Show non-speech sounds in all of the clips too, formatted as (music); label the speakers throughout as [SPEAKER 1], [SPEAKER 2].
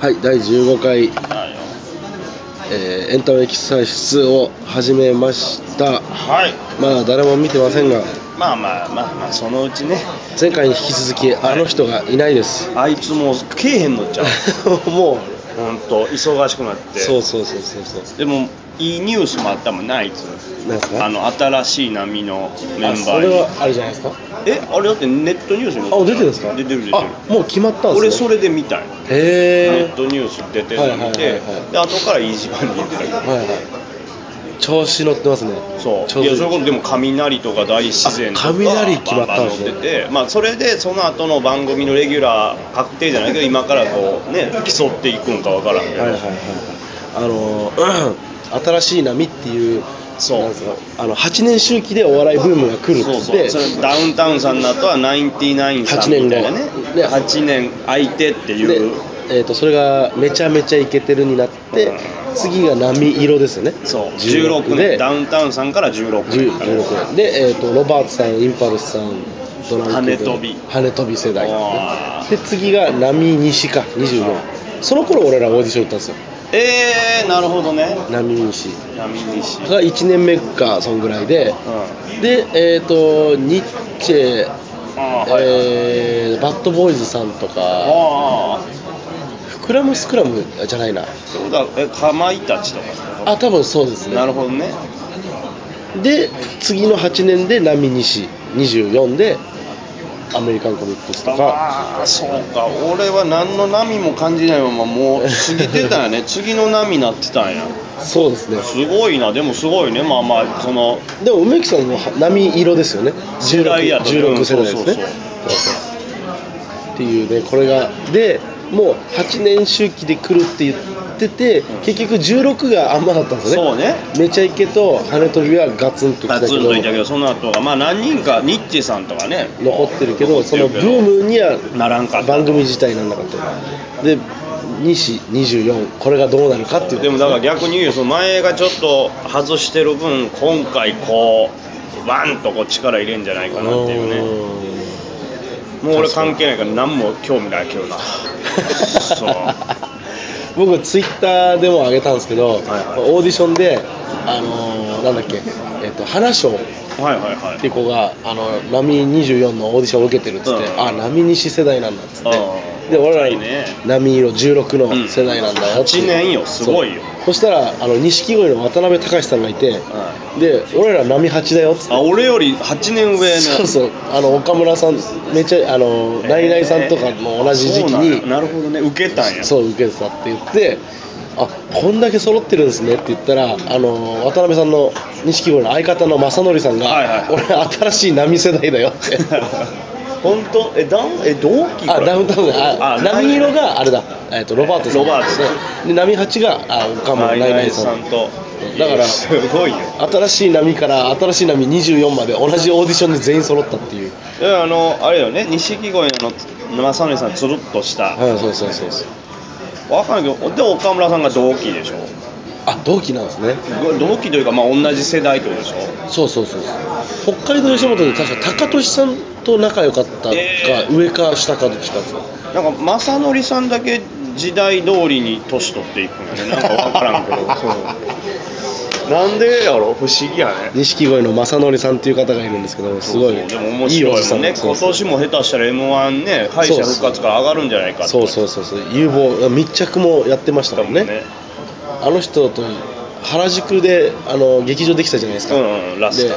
[SPEAKER 1] はい、第15回、
[SPEAKER 2] だよ
[SPEAKER 1] えーエンタメ喫茶室を始めました。
[SPEAKER 2] はい
[SPEAKER 1] まあ、誰も見てませんが、
[SPEAKER 2] まあまあまあまあそのうちね
[SPEAKER 1] 前回に引き続き、あの人がいないです。
[SPEAKER 2] あいつもうけえへんのちゃ
[SPEAKER 1] (laughs)
[SPEAKER 2] う
[SPEAKER 1] も
[SPEAKER 2] 本当忙しくなっ
[SPEAKER 1] う、
[SPEAKER 2] て
[SPEAKER 1] そうそうそうそうそう。
[SPEAKER 2] でもいいニュースもあったもんなあいつ
[SPEAKER 1] なんですか
[SPEAKER 2] あの新しい波のメンバ
[SPEAKER 1] あそ
[SPEAKER 2] ー
[SPEAKER 1] れ
[SPEAKER 2] に
[SPEAKER 1] はあれじゃないですか。
[SPEAKER 2] えあれだってネットニュースに載って
[SPEAKER 1] あ、出てるんですか
[SPEAKER 2] 出てる出てる
[SPEAKER 1] あ、もう決まったんで
[SPEAKER 2] 俺
[SPEAKER 1] す
[SPEAKER 2] そ
[SPEAKER 1] ね。
[SPEAKER 2] れで見たよ
[SPEAKER 1] 俺、それ。へ
[SPEAKER 2] ネ
[SPEAKER 1] ー
[SPEAKER 2] ットニュース出てるの見
[SPEAKER 1] はいはい
[SPEAKER 2] て
[SPEAKER 1] はいはい
[SPEAKER 2] で後から飯島に言ってたけど
[SPEAKER 1] はいはい。調子乗ってますね。
[SPEAKER 2] そう
[SPEAKER 1] 調
[SPEAKER 2] い
[SPEAKER 1] 子
[SPEAKER 2] やそういうことでも雷とか大自然とか
[SPEAKER 1] あ雷決まったんですね
[SPEAKER 2] バンバン乗ってて、まあ、それでその後の番組のレギュラー確定じゃないけど今からこうね競っていくんかわからんけど、
[SPEAKER 1] はいはいはいはい。あのー、新しい波っていう、
[SPEAKER 2] そう
[SPEAKER 1] なんですかあの8年周期でお笑いブームが来るっ
[SPEAKER 2] そう
[SPEAKER 1] つっ
[SPEAKER 2] そう
[SPEAKER 1] て
[SPEAKER 2] それダウンタウンさんの後はナインティナインさんみたいなね
[SPEAKER 1] 8年後
[SPEAKER 2] で8年空いてって
[SPEAKER 1] で
[SPEAKER 2] いう、
[SPEAKER 1] えー、とそれがめちゃめちゃイケてるになって、
[SPEAKER 2] うん
[SPEAKER 1] 次が波色ですよね
[SPEAKER 2] そう16
[SPEAKER 1] で
[SPEAKER 2] 年ダウンタウンさんから16
[SPEAKER 1] 10
[SPEAKER 2] 年
[SPEAKER 1] 16年で、えー、とロバートさんインパルスさんドラムクで
[SPEAKER 2] 跳ね飛び
[SPEAKER 1] 跳ね飛び世代
[SPEAKER 2] あ
[SPEAKER 1] で次が波西か24その頃俺らオーディション行ったんですよ
[SPEAKER 2] ーえー、なるほどね
[SPEAKER 1] 波西
[SPEAKER 2] 闇西うん
[SPEAKER 1] が1年目かそんぐらいででえっ、とニッチェ、
[SPEAKER 2] あーはいはい
[SPEAKER 1] えーバッドボーイズさんとか
[SPEAKER 2] ああ
[SPEAKER 1] 膨らむスクラムじゃないな
[SPEAKER 2] そうだえかまいたちとか
[SPEAKER 1] あ多分そうですね
[SPEAKER 2] なるほどね
[SPEAKER 1] で次の8年で波西24でアメリカンコミックスとか
[SPEAKER 2] ああそうか俺は何の波も感じないままもう過ぎてたんや
[SPEAKER 1] (laughs)
[SPEAKER 2] ね次の波になってたんや
[SPEAKER 1] そうですね
[SPEAKER 2] すごいなでもすごいねまあまあその
[SPEAKER 1] でも梅木さんも波色ですよね
[SPEAKER 2] 世代や
[SPEAKER 1] 16
[SPEAKER 2] と思う
[SPEAKER 1] 16世代ですね
[SPEAKER 2] そうそう
[SPEAKER 1] っていうねこれがでもう8年周期で来るって言ってて結局16があんまだったんです
[SPEAKER 2] そ
[SPEAKER 1] よ
[SPEAKER 2] う
[SPEAKER 1] ね
[SPEAKER 2] ね
[SPEAKER 1] めちゃイケと羽飛びはガツンと来た
[SPEAKER 2] ガ
[SPEAKER 1] け
[SPEAKER 2] ツンといたけ
[SPEAKER 1] ど
[SPEAKER 2] どその後がまあ何人かニッチェさんとかね
[SPEAKER 1] 残ってるけどそ
[SPEAKER 2] 残
[SPEAKER 1] の
[SPEAKER 2] っ
[SPEAKER 1] ブ
[SPEAKER 2] てるけど
[SPEAKER 1] ームには
[SPEAKER 2] ならんかった
[SPEAKER 1] 番組自体なんなかったで西24これがどうなるかっていう
[SPEAKER 2] でもだから逆に言うよその前がちょっと外してる分今回こうワンとこう力入れんじゃないかなっていうね
[SPEAKER 1] ね
[SPEAKER 2] もう俺関係ないから何も興味ない
[SPEAKER 1] (laughs)
[SPEAKER 2] けどなそう
[SPEAKER 1] 僕ツイッターでも上げたんですけど、
[SPEAKER 2] はい
[SPEAKER 1] オーディションであのーなんだっけえっと花賞っ
[SPEAKER 2] はいはいはい
[SPEAKER 1] ていう子があの波24のオーディションを受けてるっつって、
[SPEAKER 2] うん
[SPEAKER 1] あ波西世代なんだっつって、
[SPEAKER 2] うん
[SPEAKER 1] で俺ら
[SPEAKER 2] いいね
[SPEAKER 1] 波色16の世代なんだよっていう
[SPEAKER 2] うん8年よすごいよ
[SPEAKER 1] そうそしたらあの錦鯉の渡辺隆さんがいて、で俺ら波8だよっつって
[SPEAKER 2] あ俺より8年上の
[SPEAKER 1] そうそうあの岡村さんめちゃあの、ナイナイさんとかも同じ時期
[SPEAKER 2] えーそう
[SPEAKER 1] に
[SPEAKER 2] なんやなるほどね受けたんや
[SPEAKER 1] そう受けてたって言ってあこんだけ揃ってるんですねって言ったらあの渡辺さんの錦鯉の相方の正則さんが、
[SPEAKER 2] はいはい
[SPEAKER 1] 俺新しい波世代だよって
[SPEAKER 2] (laughs) 本当えダウンえ同期か
[SPEAKER 1] あダウンタウンあ
[SPEAKER 2] あ
[SPEAKER 1] 波色があれだ、えっとロバートさん
[SPEAKER 2] ロバートさ
[SPEAKER 1] んで波八があ岡村ナイ
[SPEAKER 2] ナイ
[SPEAKER 1] ナ
[SPEAKER 2] ナ
[SPEAKER 1] イ
[SPEAKER 2] イ
[SPEAKER 1] さ
[SPEAKER 2] さ
[SPEAKER 1] ん
[SPEAKER 2] ん
[SPEAKER 1] だ
[SPEAKER 2] と
[SPEAKER 1] から
[SPEAKER 2] いや (laughs) すごいよ
[SPEAKER 1] 新しい波から新しい波24まで同じオーディションで全員揃ったっていう
[SPEAKER 2] であのあれよね錦鯉の正則さんつるっとした
[SPEAKER 1] はいそうそうそうそう
[SPEAKER 2] わかんないけどで岡村さんが同期でしょ
[SPEAKER 1] あ同期なんですね
[SPEAKER 2] ご同期というかまあ同じ世代ってことでしょ
[SPEAKER 1] そうそうそうそう北海道吉本で確か高俊さんと仲良かったか、
[SPEAKER 2] えー
[SPEAKER 1] 上か下かどっちかですよ
[SPEAKER 2] なんか正則さんだけ時代通りに年取っていくんやねなんかわからんけ
[SPEAKER 1] (laughs)
[SPEAKER 2] どそうなんでやろ不思議やね
[SPEAKER 1] 錦鯉の正則さんっていう方がいるんですけどすごい
[SPEAKER 2] そうでも面白いもんね
[SPEAKER 1] いいおじさん
[SPEAKER 2] 今年も下手したら m 1ね敗者復活から上がるんじゃないか
[SPEAKER 1] そうそうそうそう有望密着もやってました
[SPEAKER 2] だ
[SPEAKER 1] も
[SPEAKER 2] も
[SPEAKER 1] ん
[SPEAKER 2] んね
[SPEAKER 1] ねあの人と原宿であの劇場できたじゃないです
[SPEAKER 2] う
[SPEAKER 1] か、
[SPEAKER 2] んうんラス
[SPEAKER 1] で
[SPEAKER 2] ト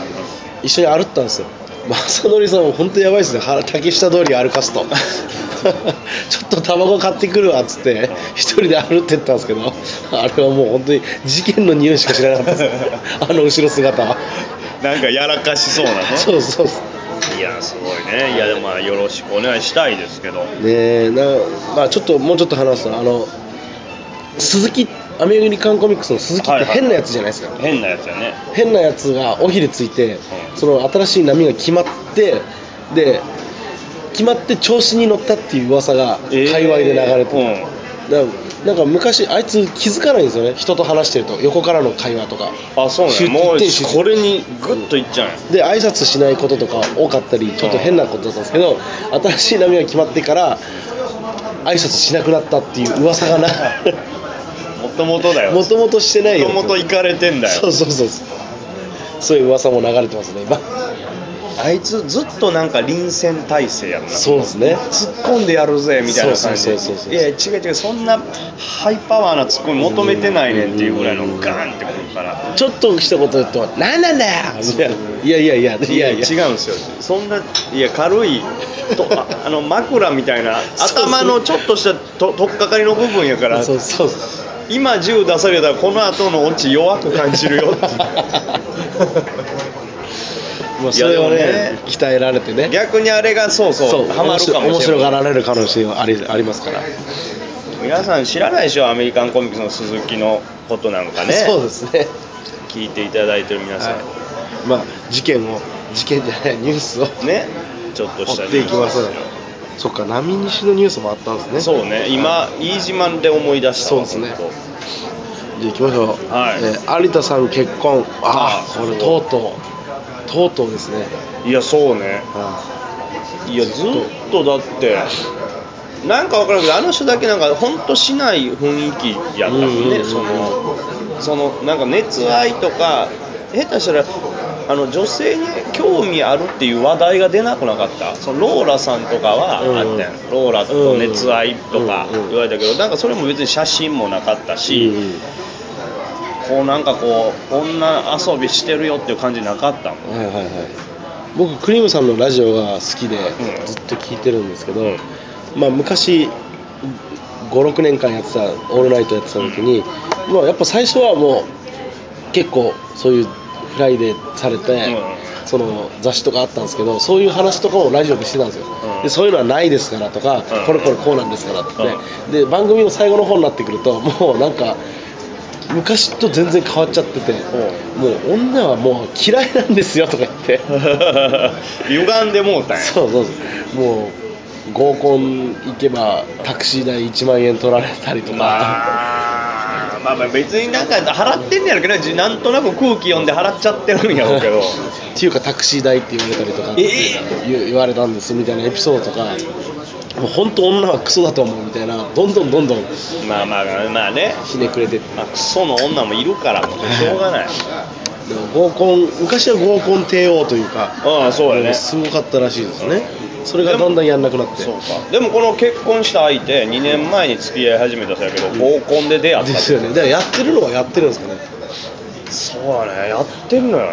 [SPEAKER 1] 一緒に歩ったんですよ正則さんも本当やばいですねは竹下通り歩かすと (laughs) ちょっと卵買ってくるわっつって一人で歩ってったんですけどあれはもう本当に事件の匂いしか知らなかったです
[SPEAKER 2] (laughs)
[SPEAKER 1] あの後ろ姿
[SPEAKER 2] なんかやらかしそうなね
[SPEAKER 1] そうそうそう
[SPEAKER 2] いやすごいねいやでもまあよろしくお願いしたいですけど
[SPEAKER 1] ねえなまあちょっともうちょっと話すとあの鈴木アメリカンコミックスの鈴木っ
[SPEAKER 2] はい
[SPEAKER 1] て
[SPEAKER 2] はい
[SPEAKER 1] 変なやつじゃないですか、
[SPEAKER 2] 変なやつやね
[SPEAKER 1] 変なやつが尾ひれついて、
[SPEAKER 2] うん
[SPEAKER 1] その新しい波が決まってで決まって調子に乗ったっていう噂が界隈で流れてる、だ
[SPEAKER 2] る
[SPEAKER 1] からなんか昔あいつ気づかないんですよね人と話してると横からの会話とか
[SPEAKER 2] あそうなん
[SPEAKER 1] シュッ
[SPEAKER 2] やもう
[SPEAKER 1] 一点集中
[SPEAKER 2] これにグッといっちゃうんや
[SPEAKER 1] で挨拶しないこととか多かったりちょっと変なことだったんですけど新しい波が決まってから挨拶しなくなったっていう噂がな
[SPEAKER 2] もともとだよ
[SPEAKER 1] も
[SPEAKER 2] も
[SPEAKER 1] ともとしてないよ
[SPEAKER 2] ともと行かれてんだ
[SPEAKER 1] そ
[SPEAKER 2] よ
[SPEAKER 1] うそうそうそうそういう噂も流れてますね今
[SPEAKER 2] あいつずっとなんか臨戦態勢やろな
[SPEAKER 1] そうですね
[SPEAKER 2] 突っ込んでやるぜみたいな感じで
[SPEAKER 1] そうそうそうそう
[SPEAKER 2] いや違う違うそんなハイパワーなツッコミ求めてないねんっていうぐらいのガーンってくるから
[SPEAKER 1] ちょっと一言言うと「何なんだよ!」いやいやいやいやいやいや
[SPEAKER 2] 違うんですよそんないや軽いとああの枕みたいな
[SPEAKER 1] (laughs) そうそう
[SPEAKER 2] 頭のちょっとしたと取っかかりの部分やから
[SPEAKER 1] そうそうそう
[SPEAKER 2] 今銃出されたらこの後のオチ弱く感じるよっていう
[SPEAKER 1] (laughs) まあそれはい
[SPEAKER 2] やで
[SPEAKER 1] ね
[SPEAKER 2] もね
[SPEAKER 1] 鍛えられて (laughs) ね
[SPEAKER 2] 逆にあれがそうそう
[SPEAKER 1] そう
[SPEAKER 2] ハマ
[SPEAKER 1] 面
[SPEAKER 2] るか
[SPEAKER 1] 白
[SPEAKER 2] も
[SPEAKER 1] 面
[SPEAKER 2] しれ
[SPEAKER 1] 白
[SPEAKER 2] ない
[SPEAKER 1] がられる可能性はありありますから
[SPEAKER 2] (laughs) 皆さん知らないでしょアメリカンコミックスの鈴木のことなんかね
[SPEAKER 1] そうですね
[SPEAKER 2] 聞いていただいてる皆さん、
[SPEAKER 1] はいまあ事件を事件じゃないニュースを
[SPEAKER 2] ねちょっとし
[SPEAKER 1] 追
[SPEAKER 2] た
[SPEAKER 1] っていきます
[SPEAKER 2] ニュース
[SPEAKER 1] そっか波西のニュースもあったんですね
[SPEAKER 2] そうね今飯島で思い出したわ
[SPEAKER 1] そうですね
[SPEAKER 2] 本
[SPEAKER 1] じゃあ行きましょう、
[SPEAKER 2] はい
[SPEAKER 1] えー有田さん結婚あ
[SPEAKER 2] あ
[SPEAKER 1] あこれとうとうとうとうですね
[SPEAKER 2] 当いやそうね
[SPEAKER 1] あ
[SPEAKER 2] いやずっとだってなんか分からんけどあの人だけなんか本当しない雰囲気やったもん
[SPEAKER 1] うんうんう
[SPEAKER 2] ね
[SPEAKER 1] ん
[SPEAKER 2] そのそのなんか熱愛とか下手したらあの女性に興味あるっていう話題が出なくなかったそのローラさんとかは
[SPEAKER 1] うん
[SPEAKER 2] あったやん、ローラと熱愛とか
[SPEAKER 1] うんうん
[SPEAKER 2] 言われたけどなんかそれも別に写真もなかった
[SPEAKER 1] あう
[SPEAKER 2] し、
[SPEAKER 1] ん
[SPEAKER 2] こうなんかこう女遊びしてるよっていう感じなかったもん
[SPEAKER 1] うんはいはいはい僕クリームさんのラジオが好きで、
[SPEAKER 2] ん
[SPEAKER 1] ずっと聞いてるんですけど、まあ昔56年間やってた「オールナイト」やってた時に、まあ、やっぱ最初はもう結構そういうフライデーされて、
[SPEAKER 2] う
[SPEAKER 1] その雑誌とかあったんですけどそういう話とかをラジオでしてたんですよ、
[SPEAKER 2] うん
[SPEAKER 1] でそういうのはないですからとか、
[SPEAKER 2] ん
[SPEAKER 1] これこれこうなんですからって、で番組の最後の方になってくるともうなんか昔と全然変わっちゃってて、もう女はもう嫌いなんですよとか言って
[SPEAKER 2] 歪ん (laughs) でもうたんや
[SPEAKER 1] そうそうそうもう合コン行けばタクシー代1万円取られたりとか、
[SPEAKER 2] まあ、まあまあ別になんか払ってんねやろけどななんとなく空気読んで払っちゃってるんやろ
[SPEAKER 1] (laughs)
[SPEAKER 2] うけど
[SPEAKER 1] っていうかタクシー代って言われたりとかって言う言われたんですみたいなエピソードとかもう本当女はクソだと思うみたいなどんどんどんどん
[SPEAKER 2] まあまあまあね、
[SPEAKER 1] ひねくれてって
[SPEAKER 2] まあ、クソの女もいるからもうしょうがない
[SPEAKER 1] でも合コン昔は合コン帝王というか
[SPEAKER 2] ああそうやね
[SPEAKER 1] すごかったらしいですねそれがだんだんやんなくなって
[SPEAKER 2] そうかでもこの結婚した相手2年前に付き合い始めたそうやけど合コンで出会った
[SPEAKER 1] ですよねだからやってるのはやってるんですかね
[SPEAKER 2] そうやねやってんのよね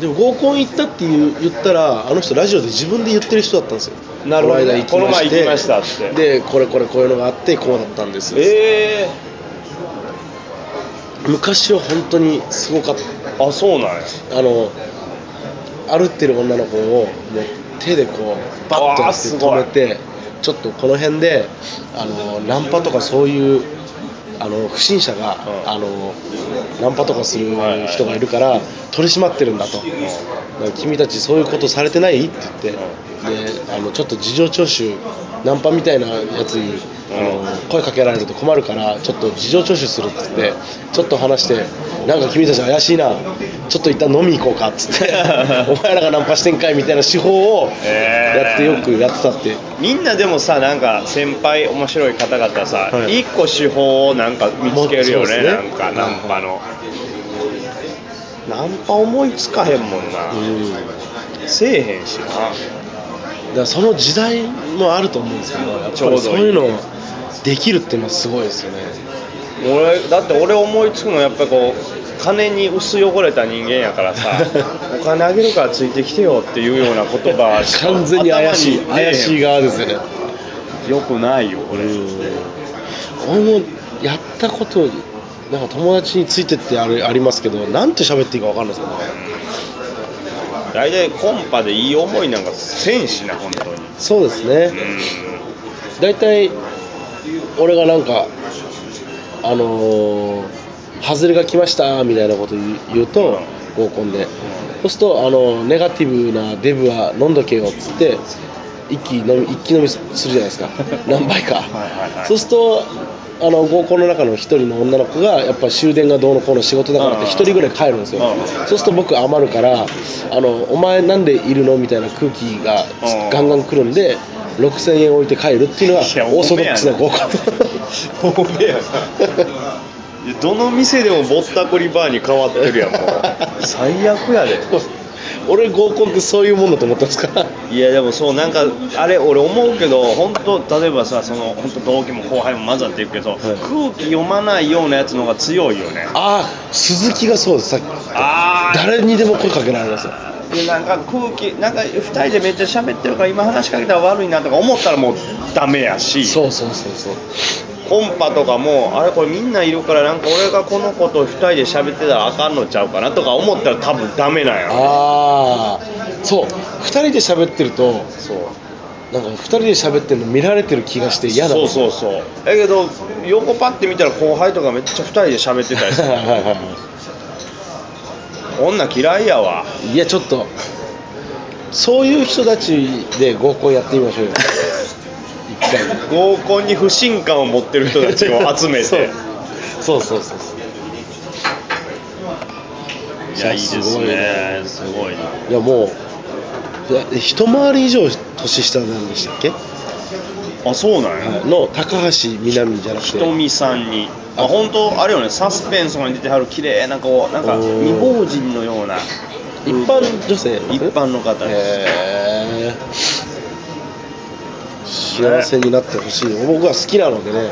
[SPEAKER 1] でも合コン行ったって言う言ったらあの人ラジオで自分で言ってる人だったんですよ
[SPEAKER 2] なるほどね
[SPEAKER 1] この間
[SPEAKER 2] この前行きましたって
[SPEAKER 1] でこれこれこういうのがあってこうだったんです
[SPEAKER 2] え
[SPEAKER 1] 昔は本当にすごかった
[SPEAKER 2] えあそうなんや
[SPEAKER 1] あの歩ってる女の子をもう手でこうバッと
[SPEAKER 2] わ
[SPEAKER 1] や
[SPEAKER 2] あ
[SPEAKER 1] って
[SPEAKER 2] すごい
[SPEAKER 1] 止めてちょっとこの辺であのナンパとかそういうあの不審者が、
[SPEAKER 2] うん
[SPEAKER 1] あのナンパとかする
[SPEAKER 2] はいはい
[SPEAKER 1] 人がいるから取り締まってるんだと、だから君たちそういうことされてないって言って、であのちょっと事情聴取ナンパみたいなやつに、あの声かけられると困るからちょっと事情聴取するっつってちょっと話してなんか君たち怪しいなちょっと一旦飲みに行こうかっつってお前らがナンパしてんかいみたいな手法を
[SPEAKER 2] へー
[SPEAKER 1] やってよくやってたって、
[SPEAKER 2] みんなでもさなんか先輩面白い方々さ、
[SPEAKER 1] はい
[SPEAKER 2] 一個手法をなんか見つけるよ
[SPEAKER 1] もうそう
[SPEAKER 2] ね
[SPEAKER 1] ですね
[SPEAKER 2] なんかナンパの、ナンパ思いつかへんもんな、
[SPEAKER 1] うん
[SPEAKER 2] せえへんしな
[SPEAKER 1] だからその時代もあると思うんですけどやっ
[SPEAKER 2] ち
[SPEAKER 1] ぱ
[SPEAKER 2] ょ
[SPEAKER 1] り
[SPEAKER 2] うどいい
[SPEAKER 1] そういうのをできるっていうのはすごいですよね
[SPEAKER 2] 俺だって俺思いつくのやっぱこう金に薄汚れた人間やか
[SPEAKER 1] (laughs)
[SPEAKER 2] らさお金あげるからついてきてよっていうような言葉しか
[SPEAKER 1] 完全に怪しい
[SPEAKER 2] 頭に出えへん
[SPEAKER 1] 怪しい側ですよね
[SPEAKER 2] よくないよ俺、
[SPEAKER 1] 俺もやったことなんか友達についてってあるありますけどなんて喋っていいか分かんないですもんね
[SPEAKER 2] 大体コンパでいい思いなんかせんしな本当に
[SPEAKER 1] そうですね
[SPEAKER 2] う
[SPEAKER 1] 大体俺がなんかあのー「ハズレが来ました」みたいなこと言う言うと合コンでそうするとあのネガティブなデブは飲んどけよっつって一気飲み一気飲みするじゃないです
[SPEAKER 2] (laughs)
[SPEAKER 1] か何杯か
[SPEAKER 2] はいはいはい
[SPEAKER 1] そうするとあの合コンの中の一人の女の子がやっぱ終電がどうのこうの仕事だからって一人ぐらい帰るんですよ
[SPEAKER 2] うん
[SPEAKER 1] そうすると僕余るから「あのお前なんでいるの?」みたいな空気が
[SPEAKER 2] うん
[SPEAKER 1] ガンガン来るんで6000円置いて帰るっていうのがオ
[SPEAKER 2] いや
[SPEAKER 1] ーソドックスな合コン
[SPEAKER 2] ほんでやない (laughs) やどの店でもぼったくりバーに変わってるやん
[SPEAKER 1] (laughs)
[SPEAKER 2] もう最悪やで
[SPEAKER 1] 俺合コンってそういうもんだと思ってますから
[SPEAKER 2] いやでもそうなんかあれ俺思うけど本当例えばさその本当同期も後輩も混ざっていくけど、空気読まないようなやつの方が強いよね
[SPEAKER 1] ああ鈴木がそうですさっき
[SPEAKER 2] あー
[SPEAKER 1] 誰にでも声かけられますよ
[SPEAKER 2] でなんか空気なんか2人でめっちゃ喋ってるから今話しかけたら悪いなとか思ったらもうダメやし
[SPEAKER 1] そうそうそうそう
[SPEAKER 2] 音波とかもあれこれみんないるからなんか俺がこの子と2人で喋ってたらあかんのちゃうかなとか思ったら多分ダメなんやろ
[SPEAKER 1] ああそう2人で喋ってると
[SPEAKER 2] そう
[SPEAKER 1] なんか2人で喋ってるの見られてる気がして嫌だ
[SPEAKER 2] そうそうそうだけど横パッて見たら後輩とかめっちゃ2人で喋ってたりす
[SPEAKER 1] はい
[SPEAKER 2] る
[SPEAKER 1] はいは
[SPEAKER 2] 女嫌いやわ
[SPEAKER 1] いいやちょっとそういう人たちで合コンやってみましょうよ一回
[SPEAKER 2] 合コンに不信感を持ってる人たちを集め
[SPEAKER 1] そ
[SPEAKER 2] て
[SPEAKER 1] う (laughs) そうそうそうそう
[SPEAKER 2] いやいいですねすごいない
[SPEAKER 1] やもういや一回り以上年下なんでしたっけ、
[SPEAKER 2] あそうなんや、
[SPEAKER 1] の高橋みなみじゃなく
[SPEAKER 2] ひ
[SPEAKER 1] て
[SPEAKER 2] とみさんに、あ、本当あれよねサスペンスとかに出てはる綺麗なこうなんか
[SPEAKER 1] おー
[SPEAKER 2] 未亡人のような
[SPEAKER 1] 一般女性
[SPEAKER 2] 一般の方です、
[SPEAKER 1] へえ幸せになってほしい僕は好きなのでね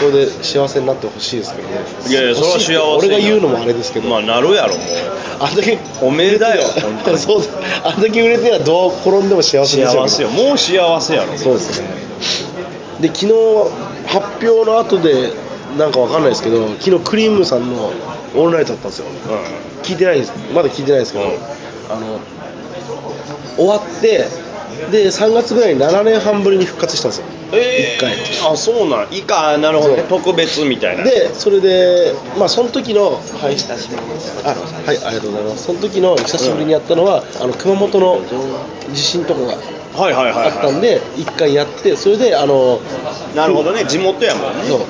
[SPEAKER 1] これで幸せになってほしいですけどね
[SPEAKER 2] いやいやそれは
[SPEAKER 1] 欲し
[SPEAKER 2] 幸せ
[SPEAKER 1] い
[SPEAKER 2] や
[SPEAKER 1] 俺が言うのもあれですけど、
[SPEAKER 2] まあなるやろも
[SPEAKER 1] あんだけ
[SPEAKER 2] うおめえだよ本当
[SPEAKER 1] (laughs)
[SPEAKER 2] に
[SPEAKER 1] そうだあんだけ売れてりゃどう転んでも幸せですよ
[SPEAKER 2] 幸せよもう幸せやろ
[SPEAKER 1] そうですねで昨日発表の後でなんかわかんないですけど昨日クリームさんの「オールナイト」だったんですよ
[SPEAKER 2] う
[SPEAKER 1] 聞いてないですまだ聞いてないですけど、
[SPEAKER 2] うん
[SPEAKER 1] あの終わってで3月ぐらいに7年半ぶりに復活したんですよ
[SPEAKER 2] んえ
[SPEAKER 1] 一
[SPEAKER 2] え
[SPEAKER 1] 回
[SPEAKER 2] あそうなんいかなるほどね
[SPEAKER 1] そ
[SPEAKER 2] 特別みたいな
[SPEAKER 1] でそれでまあその時のはい
[SPEAKER 2] 親しみです
[SPEAKER 1] あはいありがとうございますその時の久しぶりにやったのは、あの熊本の地震とかが
[SPEAKER 2] はいはいはい、は
[SPEAKER 1] あ
[SPEAKER 2] い、
[SPEAKER 1] ったんで1回やってそれであの
[SPEAKER 2] なるほどね地元やもんね
[SPEAKER 1] そう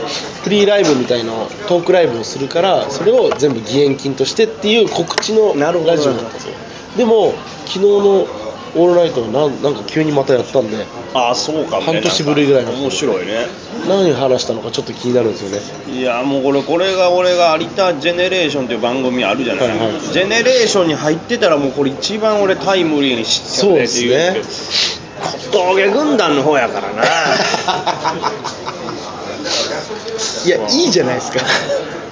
[SPEAKER 1] フリーライブみたいなトークライブをするからそれを全部義援金としてっていう告知の
[SPEAKER 2] な
[SPEAKER 1] ラ
[SPEAKER 2] る
[SPEAKER 1] ジ
[SPEAKER 2] ほ
[SPEAKER 1] オだ
[SPEAKER 2] ど
[SPEAKER 1] ったんですよでも昨日の「オールナイトはなん」なんか急にまたやったんで
[SPEAKER 2] あそうかもね
[SPEAKER 1] 半年ぶりぐらいの
[SPEAKER 2] なんか面白いね
[SPEAKER 1] 何話したのかちょっと気になるんですよね
[SPEAKER 2] いやもうこれこれが俺が「有田ジェネレーション」という番組あるじゃない、
[SPEAKER 1] はいはい
[SPEAKER 2] ジェネレーションに入ってたらもうこれ一番俺タイムリーに知って
[SPEAKER 1] そう
[SPEAKER 2] る
[SPEAKER 1] で
[SPEAKER 2] って
[SPEAKER 1] す
[SPEAKER 2] いう
[SPEAKER 1] ね
[SPEAKER 2] 小峠軍団の方やからな
[SPEAKER 1] (laughs) いやいいじゃないですか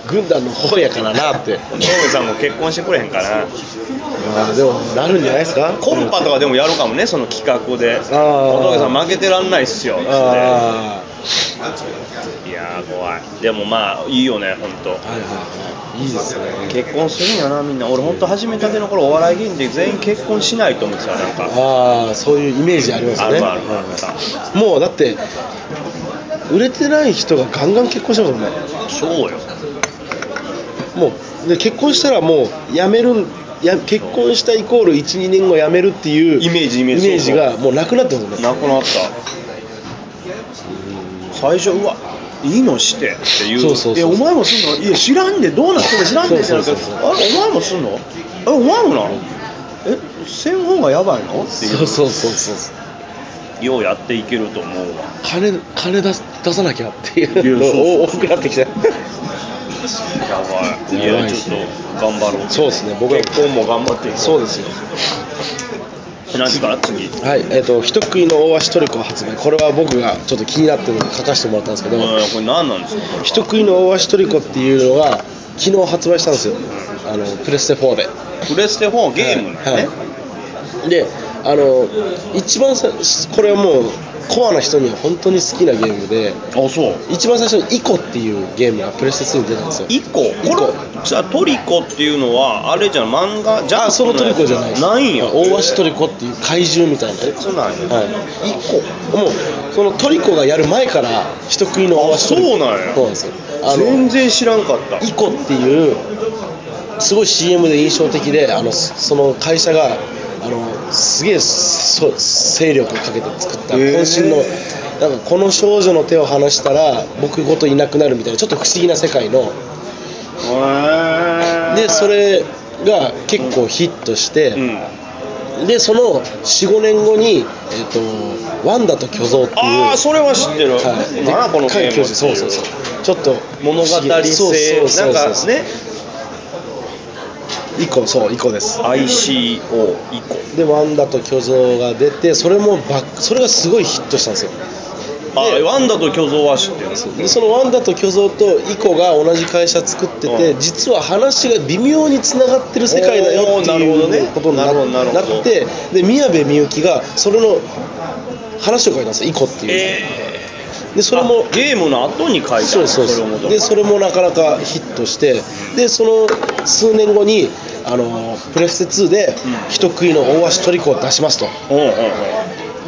[SPEAKER 1] 軍団の方やからなって
[SPEAKER 2] 小峠さんも結婚してくれへんかな
[SPEAKER 1] まあでもなるんじゃないですか
[SPEAKER 2] コンパとかでもやるかもねその企画で
[SPEAKER 1] ー
[SPEAKER 2] 小峠さん負けてらんないっすよっつって
[SPEAKER 1] あ
[SPEAKER 2] いやー怖いでもまあいいよね本当
[SPEAKER 1] あはいはいはいいいですね
[SPEAKER 2] 結婚するんやなみんな俺本当始めたての頃お笑い芸人で全員結婚しないと思ってたなんか
[SPEAKER 1] ああそういうイメージありますね
[SPEAKER 2] あるあるある
[SPEAKER 1] もうだって売れてない人がガンガン結婚してますもんね
[SPEAKER 2] そうよ
[SPEAKER 1] もうで結婚したらもう辞めるんや結婚したイコール12年後辞めるっていう
[SPEAKER 2] イメージイメージ
[SPEAKER 1] がもうなくなってますもんね
[SPEAKER 2] なくなった最初うわいいのしてっていう
[SPEAKER 1] そうそうそう
[SPEAKER 2] えお前もすんのいや知らんでどうなっても知らんでってなるけど
[SPEAKER 1] そうそう
[SPEAKER 2] あれお前もすんのえお前もなのえせん方がやばいのって
[SPEAKER 1] そ
[SPEAKER 2] いう
[SPEAKER 1] そうそうそう
[SPEAKER 2] うようやっていけると思うわ
[SPEAKER 1] 金金出す出さなきゃっていう
[SPEAKER 2] いやそう
[SPEAKER 1] の多くなってきて
[SPEAKER 2] やばいい
[SPEAKER 1] やば
[SPEAKER 2] や
[SPEAKER 1] いっ
[SPEAKER 2] ち
[SPEAKER 1] す
[SPEAKER 2] ょっ
[SPEAKER 1] ね
[SPEAKER 2] と頑張ろう
[SPEAKER 1] そうですね僕ら
[SPEAKER 2] 結婚も頑張っていこう
[SPEAKER 1] そうですよ
[SPEAKER 2] 何から次
[SPEAKER 1] はいえっ、と「人食いの大足トリコ」発売これは僕がちょっと気になってるので書かせてもらったんですけど、
[SPEAKER 2] うんこれ何なんですか
[SPEAKER 1] 人食いの大足トリコっていうのが昨日発売したんですよあのプレステ4で
[SPEAKER 2] プレステ4ゲームなんやね、
[SPEAKER 1] はい、であの一番さこれはもうコアな人には本当に好きなゲームで
[SPEAKER 2] あそう
[SPEAKER 1] 一番最初に「イコ」っていうゲームがプレステ2に出たんですよ
[SPEAKER 2] イコ
[SPEAKER 1] イコ
[SPEAKER 2] これじゃあトリコっていうのはあれじゃん漫画じゃ
[SPEAKER 1] あそのトリコじゃないです
[SPEAKER 2] ないんや
[SPEAKER 1] 大足トリコっていう怪獣みたいな
[SPEAKER 2] そうなんや
[SPEAKER 1] はい
[SPEAKER 2] イコ
[SPEAKER 1] もうそのトリコがやる前から人食いの大足トリコ
[SPEAKER 2] あそうなんや
[SPEAKER 1] そうなんですよあの
[SPEAKER 2] 全然知らんかった
[SPEAKER 1] イコっていうすごい CM で印象的であのその会社があのすげえそう精力をかけて作った
[SPEAKER 2] へえ
[SPEAKER 1] 渾身の、なんかこの少女の手を離したら僕ごといなくなるみたいなちょっと不思議な世界のでそれが結構ヒットして、
[SPEAKER 2] うん
[SPEAKER 1] でその45年後に、えっと「ワンダと巨像」っていう
[SPEAKER 2] ああそれは知ってる、
[SPEAKER 1] はい、
[SPEAKER 2] なんやこのゲームってい
[SPEAKER 1] 巨人そうそうそうちょっと
[SPEAKER 2] 物語性
[SPEAKER 1] そうそうそ
[SPEAKER 2] な
[SPEAKER 1] うんそう
[SPEAKER 2] かね
[SPEAKER 1] 以降そう以降です
[SPEAKER 2] ICO 以降
[SPEAKER 1] で「ワンダと巨像」が出てそれもバックそれがすごいヒットしたんですよ
[SPEAKER 2] あワンダと巨像は知ってる
[SPEAKER 1] でその「ワンダと巨像」とイコが同じ会社作ってて、
[SPEAKER 2] うん
[SPEAKER 1] 実は話が微妙につながってる世界だよって
[SPEAKER 2] おーなるほど
[SPEAKER 1] い
[SPEAKER 2] ね
[SPEAKER 1] うことにな
[SPEAKER 2] なるほどなるほど
[SPEAKER 1] なってで宮部みゆきがそれの話を書いたんですよイコっていう、
[SPEAKER 2] え
[SPEAKER 1] でそれも
[SPEAKER 2] あゲームの後に書いた
[SPEAKER 1] そうそう
[SPEAKER 2] れをも
[SPEAKER 1] そう
[SPEAKER 2] と
[SPEAKER 1] でそれもなかなかヒットしてでその数年後にあのプレステ2で
[SPEAKER 2] う
[SPEAKER 1] 「
[SPEAKER 2] ん
[SPEAKER 1] 人食いの大足トリコ」を出しますと
[SPEAKER 2] うんうんうん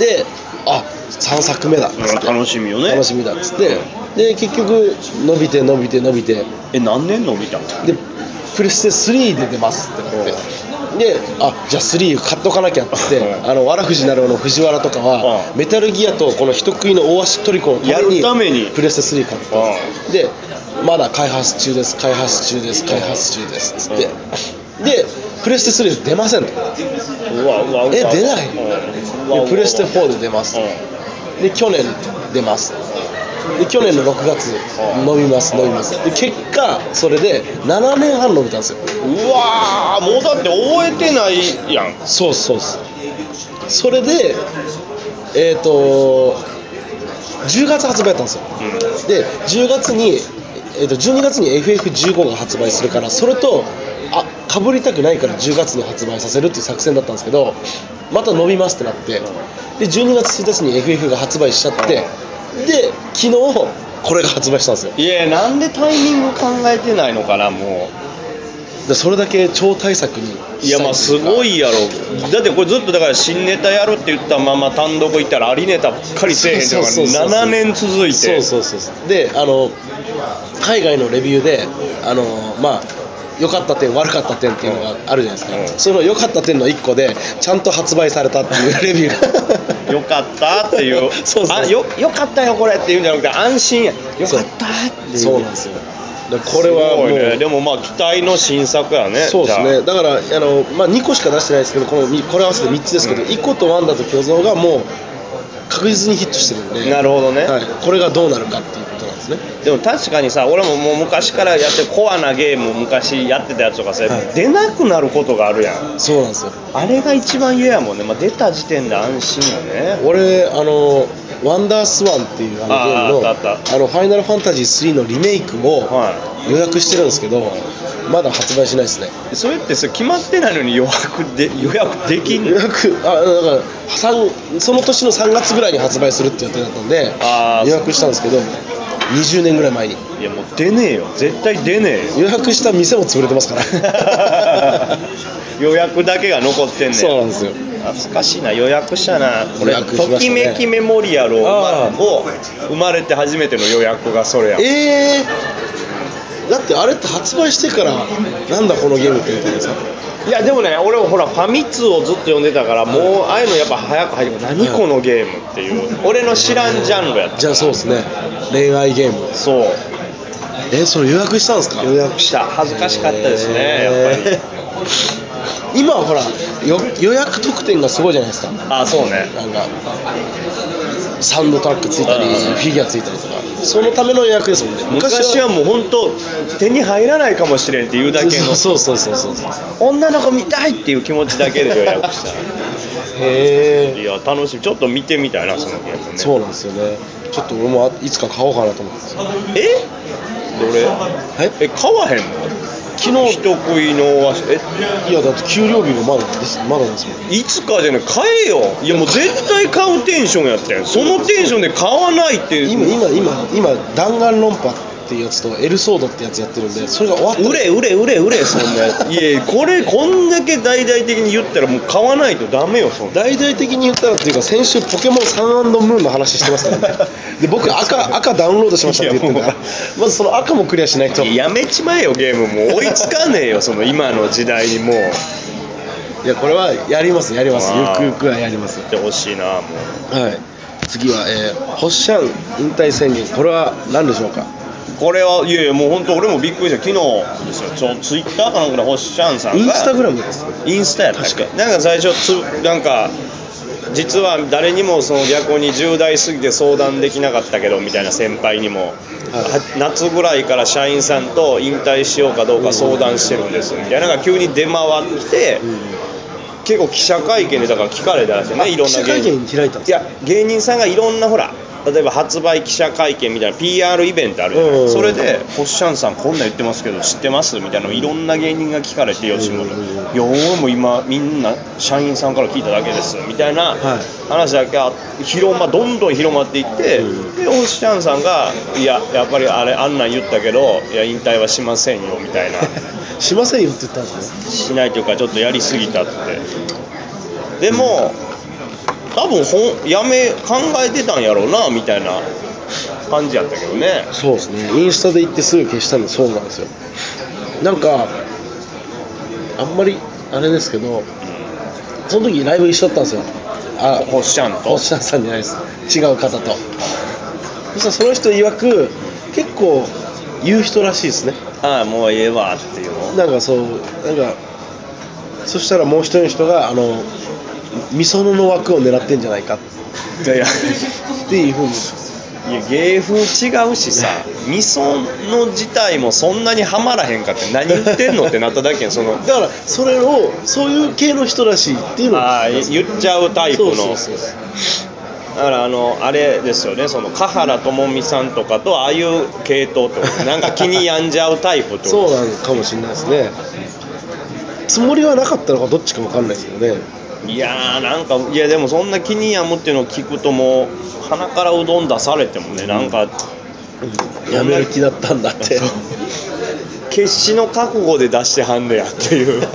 [SPEAKER 1] であ3作目だっつって
[SPEAKER 2] 楽しみよね
[SPEAKER 1] 楽しみだっつってで結局伸びて伸びて伸びて
[SPEAKER 2] え何年伸びたの
[SPEAKER 1] でプレステ3で出ますってなってであじゃあ3買っとかなきゃっつっ
[SPEAKER 2] う
[SPEAKER 1] て
[SPEAKER 2] ん
[SPEAKER 1] あのわらふじなるおの藤原とかは
[SPEAKER 2] うん
[SPEAKER 1] メタルギアとこの人食いの大足トリコを
[SPEAKER 2] やるために
[SPEAKER 1] プレステ3買って
[SPEAKER 2] う
[SPEAKER 1] でまだ開発中です開発中です開発中ですっつってでプレステ3出ませんと
[SPEAKER 2] んうわうわうわ
[SPEAKER 1] え出ない
[SPEAKER 2] うんうわうわうわ
[SPEAKER 1] でプレステ4で出ます
[SPEAKER 2] うん
[SPEAKER 1] で去年出ますで去年の6月伸びます伸びますで結果それで7年半伸びたんですよ
[SPEAKER 2] うわーもうだって覚えてないやん
[SPEAKER 1] そうそうそうそれでえっ、と10月発売やったんですよで10月に、えー、と12月に FF15 が発売するからそれとあかぶりたくないから10月に発売させるっていう作戦だったんですけどまた伸びますってなってで12月1日に FF が発売しちゃってで昨日これが発売したんですよ
[SPEAKER 2] いやなんでタイミング考えてないのかなも
[SPEAKER 1] でそれだけ超大作に
[SPEAKER 2] ういやまあすごいやろだってこれずっとだから新ネタやるって言ったまま単独行ったらありネタばっかりせえへんとか
[SPEAKER 1] そうそうそうそう
[SPEAKER 2] 7年続いて
[SPEAKER 1] そうそうそうそうであの海外のレビューであのまあ良かった点悪かった点っていうのがあるじゃないですか、
[SPEAKER 2] うん
[SPEAKER 1] その良かった点の1個でちゃんと発売されたっていうレビュー
[SPEAKER 2] (laughs)
[SPEAKER 1] が
[SPEAKER 2] よかったっていう
[SPEAKER 1] (laughs) そうそう
[SPEAKER 2] あよよかったよこれっていうんじゃなくて安心やよかったっていう
[SPEAKER 1] そうなんですよだからこれはもう、
[SPEAKER 2] すごいねでもまあ期待の新作やね
[SPEAKER 1] そうです
[SPEAKER 2] じゃ
[SPEAKER 1] ねだからあの、まあ、2個しか出してないですけどこのにこれ合わせて3つですけど、1個とワンダと巨像がもう確実にヒットしてるんで
[SPEAKER 2] なるほどね
[SPEAKER 1] はい、これがどうなるかっていうことなんですね
[SPEAKER 2] あでも確かにさ俺ももう昔からやってるコアなゲームを昔やってたやつとかさ、
[SPEAKER 1] はい
[SPEAKER 2] 出なくなることがあるやん
[SPEAKER 1] そうなんですよ
[SPEAKER 2] あれが一番嫌やもんね、まあ、出た時点で安心やね
[SPEAKER 1] 俺あの「ワンダースワン」っていうあのゲームの
[SPEAKER 2] あーあったあっ
[SPEAKER 1] のファイナルファンタジー3」のリメイクを
[SPEAKER 2] は
[SPEAKER 1] 予約してるんですけどまだ発売しないですね
[SPEAKER 2] いそれってさ決まってないのに予約で (laughs) 予約できん
[SPEAKER 1] 予
[SPEAKER 2] の
[SPEAKER 1] 約あだからさんその年の3月ぐらいに発売するって予定だったんで
[SPEAKER 2] あー
[SPEAKER 1] 予約したんですけど20年ぐらい前に
[SPEAKER 2] いやもう出ねえよ絶対出ねえよ
[SPEAKER 1] 予約した店も潰れてますから
[SPEAKER 2] (laughs) 予約だけが残ってんねん
[SPEAKER 1] そうなんですよ
[SPEAKER 2] 懐かしいな予約したなこ
[SPEAKER 1] 予
[SPEAKER 2] れ、
[SPEAKER 1] 約しましたね
[SPEAKER 2] ときめきメモリアルを
[SPEAKER 1] あー
[SPEAKER 2] を生まれて初めての予約がそれや
[SPEAKER 1] ええー、だってあれって発売してからなんだこのゲームって言ってるんですか
[SPEAKER 2] いやでもね俺もほらファミ通をずっと読んでたからもうああいうのやっぱ早く入ってくる何このゲームっていう俺の知らんジャンルやった
[SPEAKER 1] じゃあそうですね恋愛ゲーム
[SPEAKER 2] そう
[SPEAKER 1] えそれ予約したんですか
[SPEAKER 2] 予約した恥ずかしかったですね、やっぱり
[SPEAKER 1] り今はほらよ予約特典がすごいじゃないですか
[SPEAKER 2] あそうね
[SPEAKER 1] なんかサウンドトラックついたり
[SPEAKER 2] うん
[SPEAKER 1] フィギュアついたりとかそのための予約ですもんね
[SPEAKER 2] 昔はもう本当手に入らないかもしれんっていうだけの
[SPEAKER 1] そうそうそうそうそう
[SPEAKER 2] (laughs) 女の子見たいっていう気持ちだけで予約した
[SPEAKER 1] へ
[SPEAKER 2] (laughs) い
[SPEAKER 1] え
[SPEAKER 2] や楽しいちょっと見てみたいなそのゲームね
[SPEAKER 1] そうなんですよねちょっと俺もあいつか買おうかなと思ってます
[SPEAKER 2] えどれ
[SPEAKER 1] え
[SPEAKER 2] え買わへんの
[SPEAKER 1] 昨日
[SPEAKER 2] 人食いのわしえ
[SPEAKER 1] いやだって給料日がまだですまだですもん
[SPEAKER 2] いつかじゃない買えよいやもう絶対買うテンションやったよそのテンションで買わないって
[SPEAKER 1] 今今今今弾丸論破っていうやつとエルソードってやつやってるんでそれが終わったら
[SPEAKER 2] 売れ売れ売れ売れそんなやついやいやこれこんだけ大々的に言ったらもう買わないとダメよそんな
[SPEAKER 1] 大々的に言ったらっていうか先週ポケモンサンムーンの話してますからね (laughs) で僕赤赤ダウンロードしましたって言ってるから
[SPEAKER 2] いやも
[SPEAKER 1] まずその赤もクリアしないと
[SPEAKER 2] やめちまえよゲームもう追いつかねえよその今の時代にもう
[SPEAKER 1] いやこれはやりますやりますゆ
[SPEAKER 2] あー
[SPEAKER 1] くゆくはやります
[SPEAKER 2] やってほしいなもう
[SPEAKER 1] はい次は、えー、ホッシャン引退宣言これは何でしょうか
[SPEAKER 2] これはいやいやもう本当俺もびっくりした昨日ですよちょツイッターかなんかでホッシャンさん
[SPEAKER 1] イ
[SPEAKER 2] が
[SPEAKER 1] ンスタグラムです
[SPEAKER 2] インスタやったっけなんか最初つなんか実は誰にもその逆に10代過ぎて相談できなかったけどみたいな先輩にも、は夏ぐらいから社員さんと引退しようかどうか相談してるんですみたいななんか急に出回って、結構記者会見でだから聞かれたらしいねいろんな
[SPEAKER 1] 記者会見開いたん
[SPEAKER 2] い
[SPEAKER 1] ですか
[SPEAKER 2] や芸人さんがいろんなほら例えば発売記者会見みたいな PR イベントあるじゃない
[SPEAKER 1] うん
[SPEAKER 2] それで「ホッシャンさんこんなん言ってますけど知ってます?」みたいなのいろんな芸人が聞かれて吉本
[SPEAKER 1] うん
[SPEAKER 2] いや俺も今みんな社員さんから聞いただけです」みたいな話だけあ広まどんどん広まっていって
[SPEAKER 1] うん
[SPEAKER 2] でホッシャンさんが「いややっぱりあれあんなん言ったけどいや引退はしませんよ」みたいな
[SPEAKER 1] しませんよって言ったんですね
[SPEAKER 2] しないというかちょっとやりすぎたってでも多分ほんやめ考えてたんやろうなみたいな感じやったけどね
[SPEAKER 1] そうですねインスタで行ってすぐ消したんでそうなんですよなんかあんまりあれですけどその時ライブ一緒だったんですよあ
[SPEAKER 2] ホッシャンと
[SPEAKER 1] 星野さんじゃないです違う方とそしたらその人曰く結構言う人らしいですね
[SPEAKER 2] ああもうええわっていうの
[SPEAKER 1] なんかそうなんかそしたらもう一人の人があのみそのの枠を狙ってんじゃないか
[SPEAKER 2] いやいや
[SPEAKER 1] っていうふうに
[SPEAKER 2] いや芸風違うしさ味噌の自体もそんなにはまらへんかって何言ってんのってなっただけや
[SPEAKER 1] (laughs)
[SPEAKER 2] んその
[SPEAKER 1] だからそれをそういう系の人らしいっていうのを
[SPEAKER 2] ああ言っちゃうタイプの
[SPEAKER 1] そうそうそう
[SPEAKER 2] だからあのあれですよねその華原朋美さんとかとああいう系統ってことなんか気に病んじゃうタイプってこと
[SPEAKER 1] そうなのかもしれないですねつもりはなかったのかどっちか分かんないですけどね
[SPEAKER 2] いやーなんかいやでもそんな気に病むっていうのを聞くともう鼻からうどん出されてもねなんか
[SPEAKER 1] やめる気だったんだって
[SPEAKER 2] 決死の覚悟で出してはんねやっていう
[SPEAKER 1] (laughs)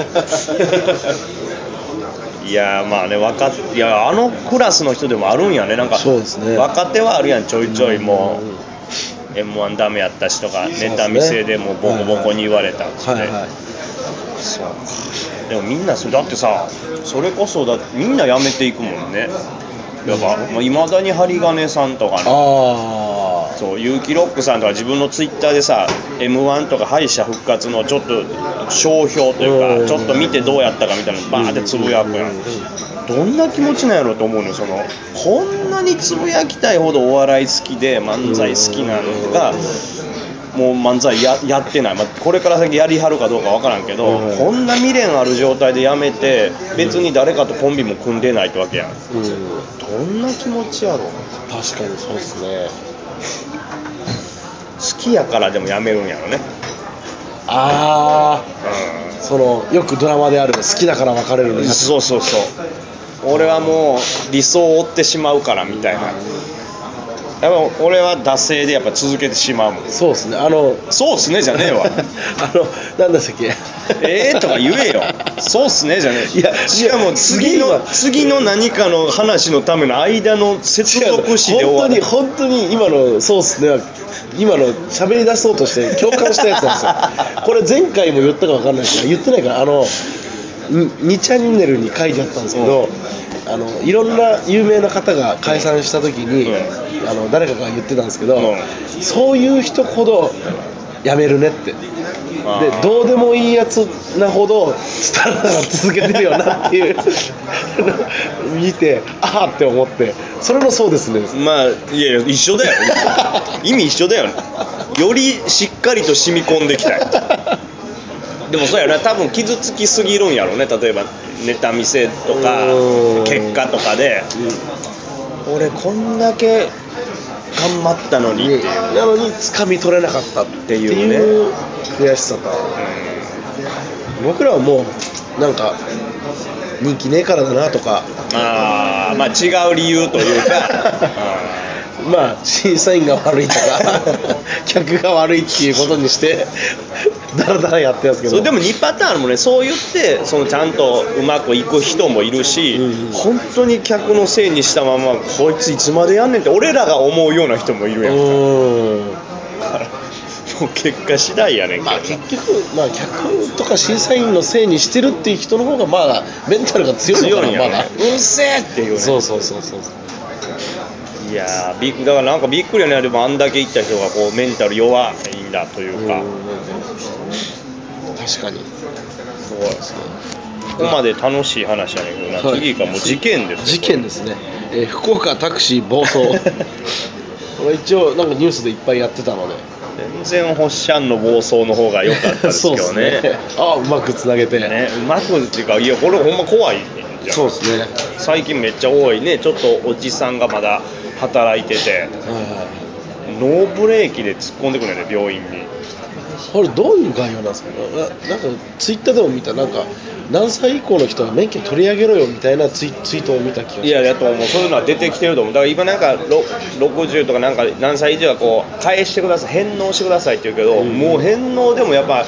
[SPEAKER 2] いやーまあね若手いやあのクラスの人でもあるんやねなんか
[SPEAKER 1] そうですね
[SPEAKER 2] 若手はあるやんちょいちょい
[SPEAKER 1] ん
[SPEAKER 2] もう m 1ダメやったしとか
[SPEAKER 1] すね
[SPEAKER 2] ネタ見せでもうボコボコに言われたっつって、
[SPEAKER 1] はいはい
[SPEAKER 2] そうかでもみんなそれだってさそれこそだみんな辞めていくもんねやっぱいまあ未だに針金さんとかね
[SPEAKER 1] ああ
[SPEAKER 2] そう結城ロックさんとか自分のツイッターでさ m 1とか敗者復活のちょっと商標といううんかちょっと見てどうやったかみたいなのバーってつぶやくやん
[SPEAKER 1] うん
[SPEAKER 2] どんな気持ちなんやろうと思うのよそのこんなにつぶやきたいほどお笑い好きで漫才好きなのがもう漫才ややってない、まあこれから先やりはるかどうかわからんけど、
[SPEAKER 1] うん
[SPEAKER 2] こんな未練ある状態でやめて別に誰かとコンビも組んでないってわけやん
[SPEAKER 1] うん
[SPEAKER 2] どんな気持ちやろ
[SPEAKER 1] 確かにそうですね
[SPEAKER 2] 好きやからでもやめるんやろね
[SPEAKER 1] ああ
[SPEAKER 2] うん
[SPEAKER 1] そのよくドラマである好きだから別れるのやつ
[SPEAKER 2] そうそうそう俺はもう理想を追ってしまうからみたいなやっぱ俺は惰性でやっぱ続けてしまうもん
[SPEAKER 1] そうですねあの
[SPEAKER 2] そうっすねじゃねえ (laughs) わ
[SPEAKER 1] (laughs) あの何でしたっけ
[SPEAKER 2] ええとか言えよそうっすねじゃねえ
[SPEAKER 1] いや
[SPEAKER 2] しかも次
[SPEAKER 1] 次
[SPEAKER 2] の
[SPEAKER 1] は
[SPEAKER 2] 次の何かの話のための間の接
[SPEAKER 1] 違う
[SPEAKER 2] 続詞で終わる
[SPEAKER 1] 本当に本当に今のそうっすねは今の喋り出そうとして共感したやつなんですよこれ前回も言ったか分かんないですけど言ってないからあの2チャンネルに書いてあったんですけど、あのいろんな有名な方が解散した時に、あの誰かが言ってたんですけど、
[SPEAKER 2] うん
[SPEAKER 1] そういう人ほどやめるねって
[SPEAKER 2] あ
[SPEAKER 1] で
[SPEAKER 2] ー
[SPEAKER 1] どうでもいいやつなほどつたらなら続けてるよなっていう (laughs) 見てああって思ってそれもそうですね
[SPEAKER 2] まあいやいや一
[SPEAKER 1] (laughs)
[SPEAKER 2] 緒だよ意味一緒だよよりしっかりと染み込んできたよでもそうやな多分傷つきすぎるんやろうね例えばネタ見せとか
[SPEAKER 1] うん
[SPEAKER 2] 結果とかで俺こんだけ頑張ったのにっていう、
[SPEAKER 1] なのに掴み取れなかったっていう
[SPEAKER 2] っていう
[SPEAKER 1] 悔しさと僕らはもうなんか人気ねえからだなと
[SPEAKER 2] (laughs)
[SPEAKER 1] か
[SPEAKER 2] ああまあ違う理由というか
[SPEAKER 1] (laughs) まあ審査員が悪いとか客が悪いっていうことにしてだらだらやってます
[SPEAKER 2] う
[SPEAKER 1] け
[SPEAKER 2] んそ
[SPEAKER 1] ど
[SPEAKER 2] れでも2パターンあるもんねそう言ってそのちゃんとうまくいく人もいるし、
[SPEAKER 1] うんうん
[SPEAKER 2] 本当に客のせいにしたままこいついつまでやんねんって俺らが思うような人もいるやん
[SPEAKER 1] うーん
[SPEAKER 2] からもう結果次第やねんけど、
[SPEAKER 1] まあ結局、まあ、客とか審査員のせいにしてるっていう人の方がまだメンタルが強いの
[SPEAKER 2] 強
[SPEAKER 1] か
[SPEAKER 2] いん
[SPEAKER 1] な
[SPEAKER 2] や
[SPEAKER 1] ま
[SPEAKER 2] ね
[SPEAKER 1] だ、
[SPEAKER 2] うるせえっていうね
[SPEAKER 1] そうそうそうそう
[SPEAKER 2] いやーびっだからなんかびっくりやねでもあんだけ行った人がこうメンタル弱いんだというか、
[SPEAKER 1] 確かに
[SPEAKER 2] そうですねここまで楽しい話やねんけどな、
[SPEAKER 1] はい
[SPEAKER 2] 次がもう事件です
[SPEAKER 1] 事件ですね、えー福岡タクシー暴
[SPEAKER 2] (laughs)
[SPEAKER 1] 走これ一応なんかニュースでいっぱいやってたので
[SPEAKER 2] 全然ホッシャンの暴走の方が良かったです
[SPEAKER 1] (laughs) そ
[SPEAKER 2] けど
[SPEAKER 1] う
[SPEAKER 2] ね
[SPEAKER 1] っすあうまくつなげて、
[SPEAKER 2] ねうまくっていうかいやこれほんま怖いねんじゃん
[SPEAKER 1] そうですね
[SPEAKER 2] 最近めっちゃ多いねちょっとおじさんがまだ働いてて
[SPEAKER 1] はいはい
[SPEAKER 2] ノーブレーキで突っ込んでくるよね病院に
[SPEAKER 1] これどういう概要なんですかねななんかツイッターでも見たなんか何歳以降の人は免許取り上げろよみたいなツイツイートを見た気が
[SPEAKER 2] いやだと思うそういうのは出てきてると思うだから今なんかろ60とかなんか何歳以上はこう返してください返納してくださいって言うけど、
[SPEAKER 1] うん
[SPEAKER 2] もう返納でもやっぱ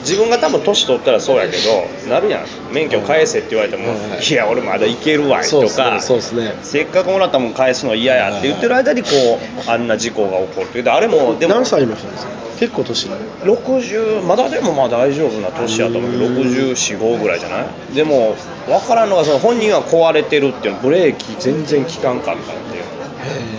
[SPEAKER 2] 自分が多分年取ったらそうやけどなるやん免許返せって言われても、
[SPEAKER 1] はいはい
[SPEAKER 2] いや俺まだいけるわ
[SPEAKER 1] そう
[SPEAKER 2] と
[SPEAKER 1] っすね
[SPEAKER 2] か
[SPEAKER 1] そうですね
[SPEAKER 2] せっかくもらったもん返すの嫌やって言ってる間にこうあんな事故が起こるってであれもでも
[SPEAKER 1] 何歳の人ですか結構年
[SPEAKER 2] 60まだでもまあ大丈夫な年やと思うけど
[SPEAKER 1] うん
[SPEAKER 2] 645ぐらいじゃないでも分からんのがその本人は壊れてるっていうのブレーキ全然効かんかったっていう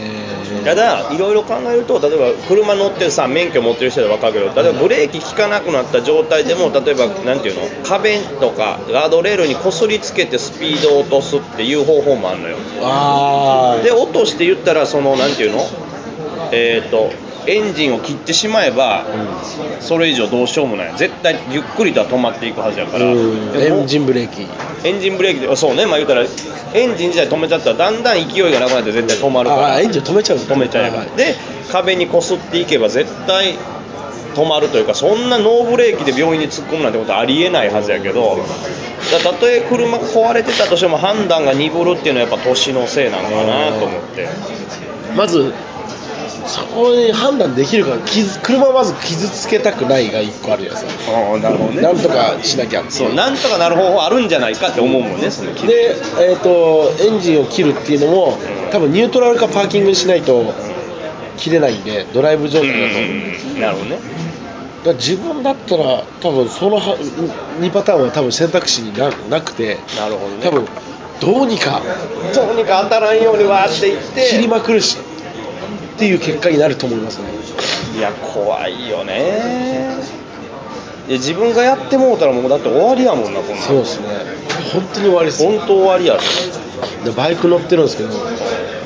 [SPEAKER 2] ただいろいろ考えると例えば車乗ってるさ免許持ってる人で分かるけど例えばブレーキ効かなくなった状態でも例えばなんていうの壁とかガードレールにこすりつけてスピードを落とすっていう方法もあるのよ
[SPEAKER 1] ああ
[SPEAKER 2] で落として言ったらそのなんていうのえっ、とエンジンを切ってしまえば、それ以上どうしようもない絶対ゆっくりとは止まっていくはずやから
[SPEAKER 1] うん
[SPEAKER 2] でも
[SPEAKER 1] エンジンブレーキ
[SPEAKER 2] エンジンブレーキでそうねまあ言うたらエンジン自体止めちゃったらだんだん勢いがなくなって絶対止まるか
[SPEAKER 1] あ
[SPEAKER 2] ら
[SPEAKER 1] あエンジン止めちゃう
[SPEAKER 2] 止めちゃえば、
[SPEAKER 1] はいはい
[SPEAKER 2] で壁にこすっていけば絶対止まるというかそんなノーブレーキで病院に突っ込むなんてことはありえないはずやけどだたとえ車が壊れてたとしても判断が鈍るっていうのはやっぱ年のせいなのかなと思って
[SPEAKER 1] まずそこに判断できるか傷車をまず傷つけたくないが一個あるやつ
[SPEAKER 2] ああなるほど
[SPEAKER 1] なんとかしなきゃっていう
[SPEAKER 2] そうなんとかなる方法あるんじゃないかって思うもんねその気
[SPEAKER 1] で、えー、とエンジンを切るっていうのも多分ニュートラルかパーキングにしないと切れないんでドライブ状
[SPEAKER 2] うん
[SPEAKER 1] 態だ
[SPEAKER 2] う
[SPEAKER 1] と、だ
[SPEAKER 2] んうんなるほどね
[SPEAKER 1] から自分だったら多分そのは2パターンは多分選択肢にななくて
[SPEAKER 2] なるほどね
[SPEAKER 1] 多分どうにか
[SPEAKER 2] どうにか当たらんようにわーっていっ
[SPEAKER 1] 切り
[SPEAKER 2] て
[SPEAKER 1] まくるしっていう結果になると思いますね
[SPEAKER 2] いや怖いよねいや自分がやってもうたらもうだって終わりやもんなこんなん
[SPEAKER 1] そうですね本当に終わりです
[SPEAKER 2] 本当終わりやろ
[SPEAKER 1] でバイク乗ってるんですけど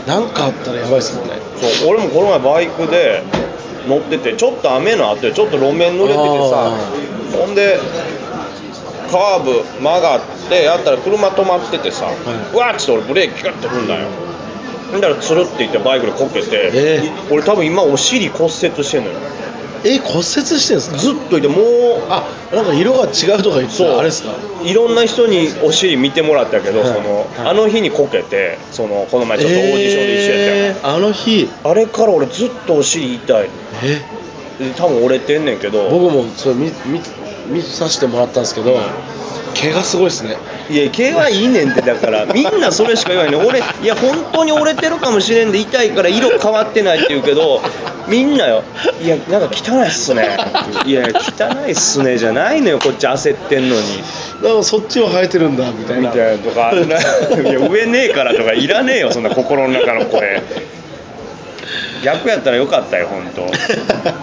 [SPEAKER 1] 何かあったらやばいですもんね
[SPEAKER 2] そう俺もこの前バイクで乗っててちょっと雨のあってちょっと路面濡れててさ
[SPEAKER 1] あ
[SPEAKER 2] ほんでカーブ曲がってやったら車止まっててさ、
[SPEAKER 1] いう
[SPEAKER 2] わっつって俺ブレーキガッて踏んだよほんだらつるっていってバイクでこけて、
[SPEAKER 1] え
[SPEAKER 2] 俺多分今お尻骨折してんのよ
[SPEAKER 1] え骨折してるんですか
[SPEAKER 2] ずっといてもう
[SPEAKER 1] あなんか色が違うとか言って
[SPEAKER 2] そう
[SPEAKER 1] たあれですか
[SPEAKER 2] いろんな人にお尻見てもらったけど、
[SPEAKER 1] はい
[SPEAKER 2] その
[SPEAKER 1] はい
[SPEAKER 2] あの日にこけてそのこの前ちょっとオーディションで一緒やったやん、
[SPEAKER 1] えーあの日
[SPEAKER 2] あれから俺ずっとお尻痛い
[SPEAKER 1] え
[SPEAKER 2] で多分折れてんねんけど
[SPEAKER 1] 僕もそれ見見見させてもらったんですけど毛がすごいですね
[SPEAKER 2] いや毛はいいねんってだから
[SPEAKER 1] (laughs)
[SPEAKER 2] みんなそれしか言わへんねん俺いや本当に折れてるかもしれんで痛いから色変わってないって言うけどみんなよいやなんか汚いっすねいや汚いっすねじゃないのよこっち焦ってんのに
[SPEAKER 1] だからそっちは生えてるんだみたい
[SPEAKER 2] み
[SPEAKER 1] な
[SPEAKER 2] たいなとか
[SPEAKER 1] (laughs)
[SPEAKER 2] (laughs) ないや上ねえからとかいらねえよそんな心の中の声逆やったらよかったよ本当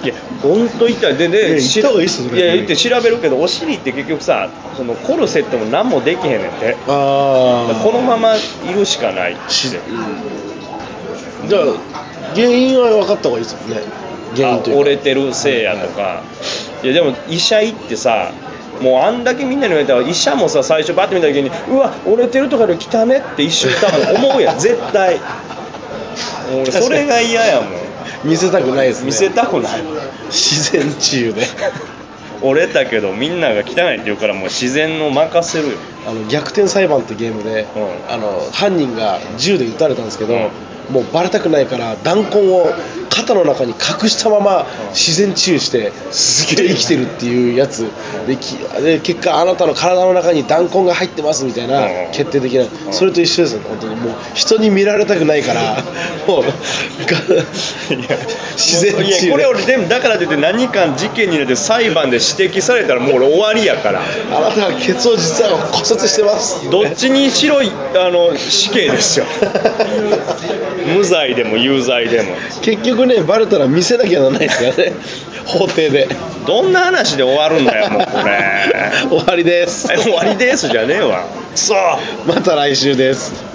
[SPEAKER 2] いや本当痛いで
[SPEAKER 1] いや
[SPEAKER 2] で
[SPEAKER 1] 行った方がいいっすよそれ
[SPEAKER 2] や言って調べるけどお尻って結局さそのコルセットも何もできへんねんて
[SPEAKER 1] ああ
[SPEAKER 2] このままいるしかないって
[SPEAKER 1] じゃあ原因は分かった方がいいですもんね原
[SPEAKER 2] あ
[SPEAKER 1] 因というか
[SPEAKER 2] 折れてるせいやとかいやでも医者行ってさもうあんだけみんなに言われたら医者もさ最初バッて見た時にうわ折れてるとかより汚ねって一瞬多分思
[SPEAKER 1] (laughs)
[SPEAKER 2] うやん絶対もう俺それが嫌やもん
[SPEAKER 1] 見せたくないですね
[SPEAKER 2] 見せたくない
[SPEAKER 1] 自然治癒で
[SPEAKER 2] 折れたけどみんなが汚いって言うからもう自然の任せるよ
[SPEAKER 1] あの逆転裁判ってゲームで、
[SPEAKER 2] うん
[SPEAKER 1] あの犯人が銃で撃たれたんですけど、
[SPEAKER 2] うん
[SPEAKER 1] もうバレたくないから弾痕を肩の中に隠したまま自然治癒してすげえ生きてるっていうやつできで結果あなたの体の中に弾痕が入ってますみたいな決定的なそれと一緒ですよ本当にもう人に見られたくない
[SPEAKER 2] (laughs)
[SPEAKER 1] からもうが自然
[SPEAKER 2] い
[SPEAKER 1] 治
[SPEAKER 2] やこれ
[SPEAKER 1] 癒
[SPEAKER 2] 俺でもだからといって何か事件になって裁判で指摘されたらもう俺終わりやから
[SPEAKER 1] あなたはケツを実は骨折してますっていうね
[SPEAKER 2] どっちにしろいあの死刑ですよ無罪でも有罪でも
[SPEAKER 1] 結局ねバレたら見せなきゃならないですからね法廷で
[SPEAKER 2] どんな話で終わるんだよもうこれ
[SPEAKER 1] 終わりです
[SPEAKER 2] え終わりですじゃねえわくそ
[SPEAKER 1] また来週です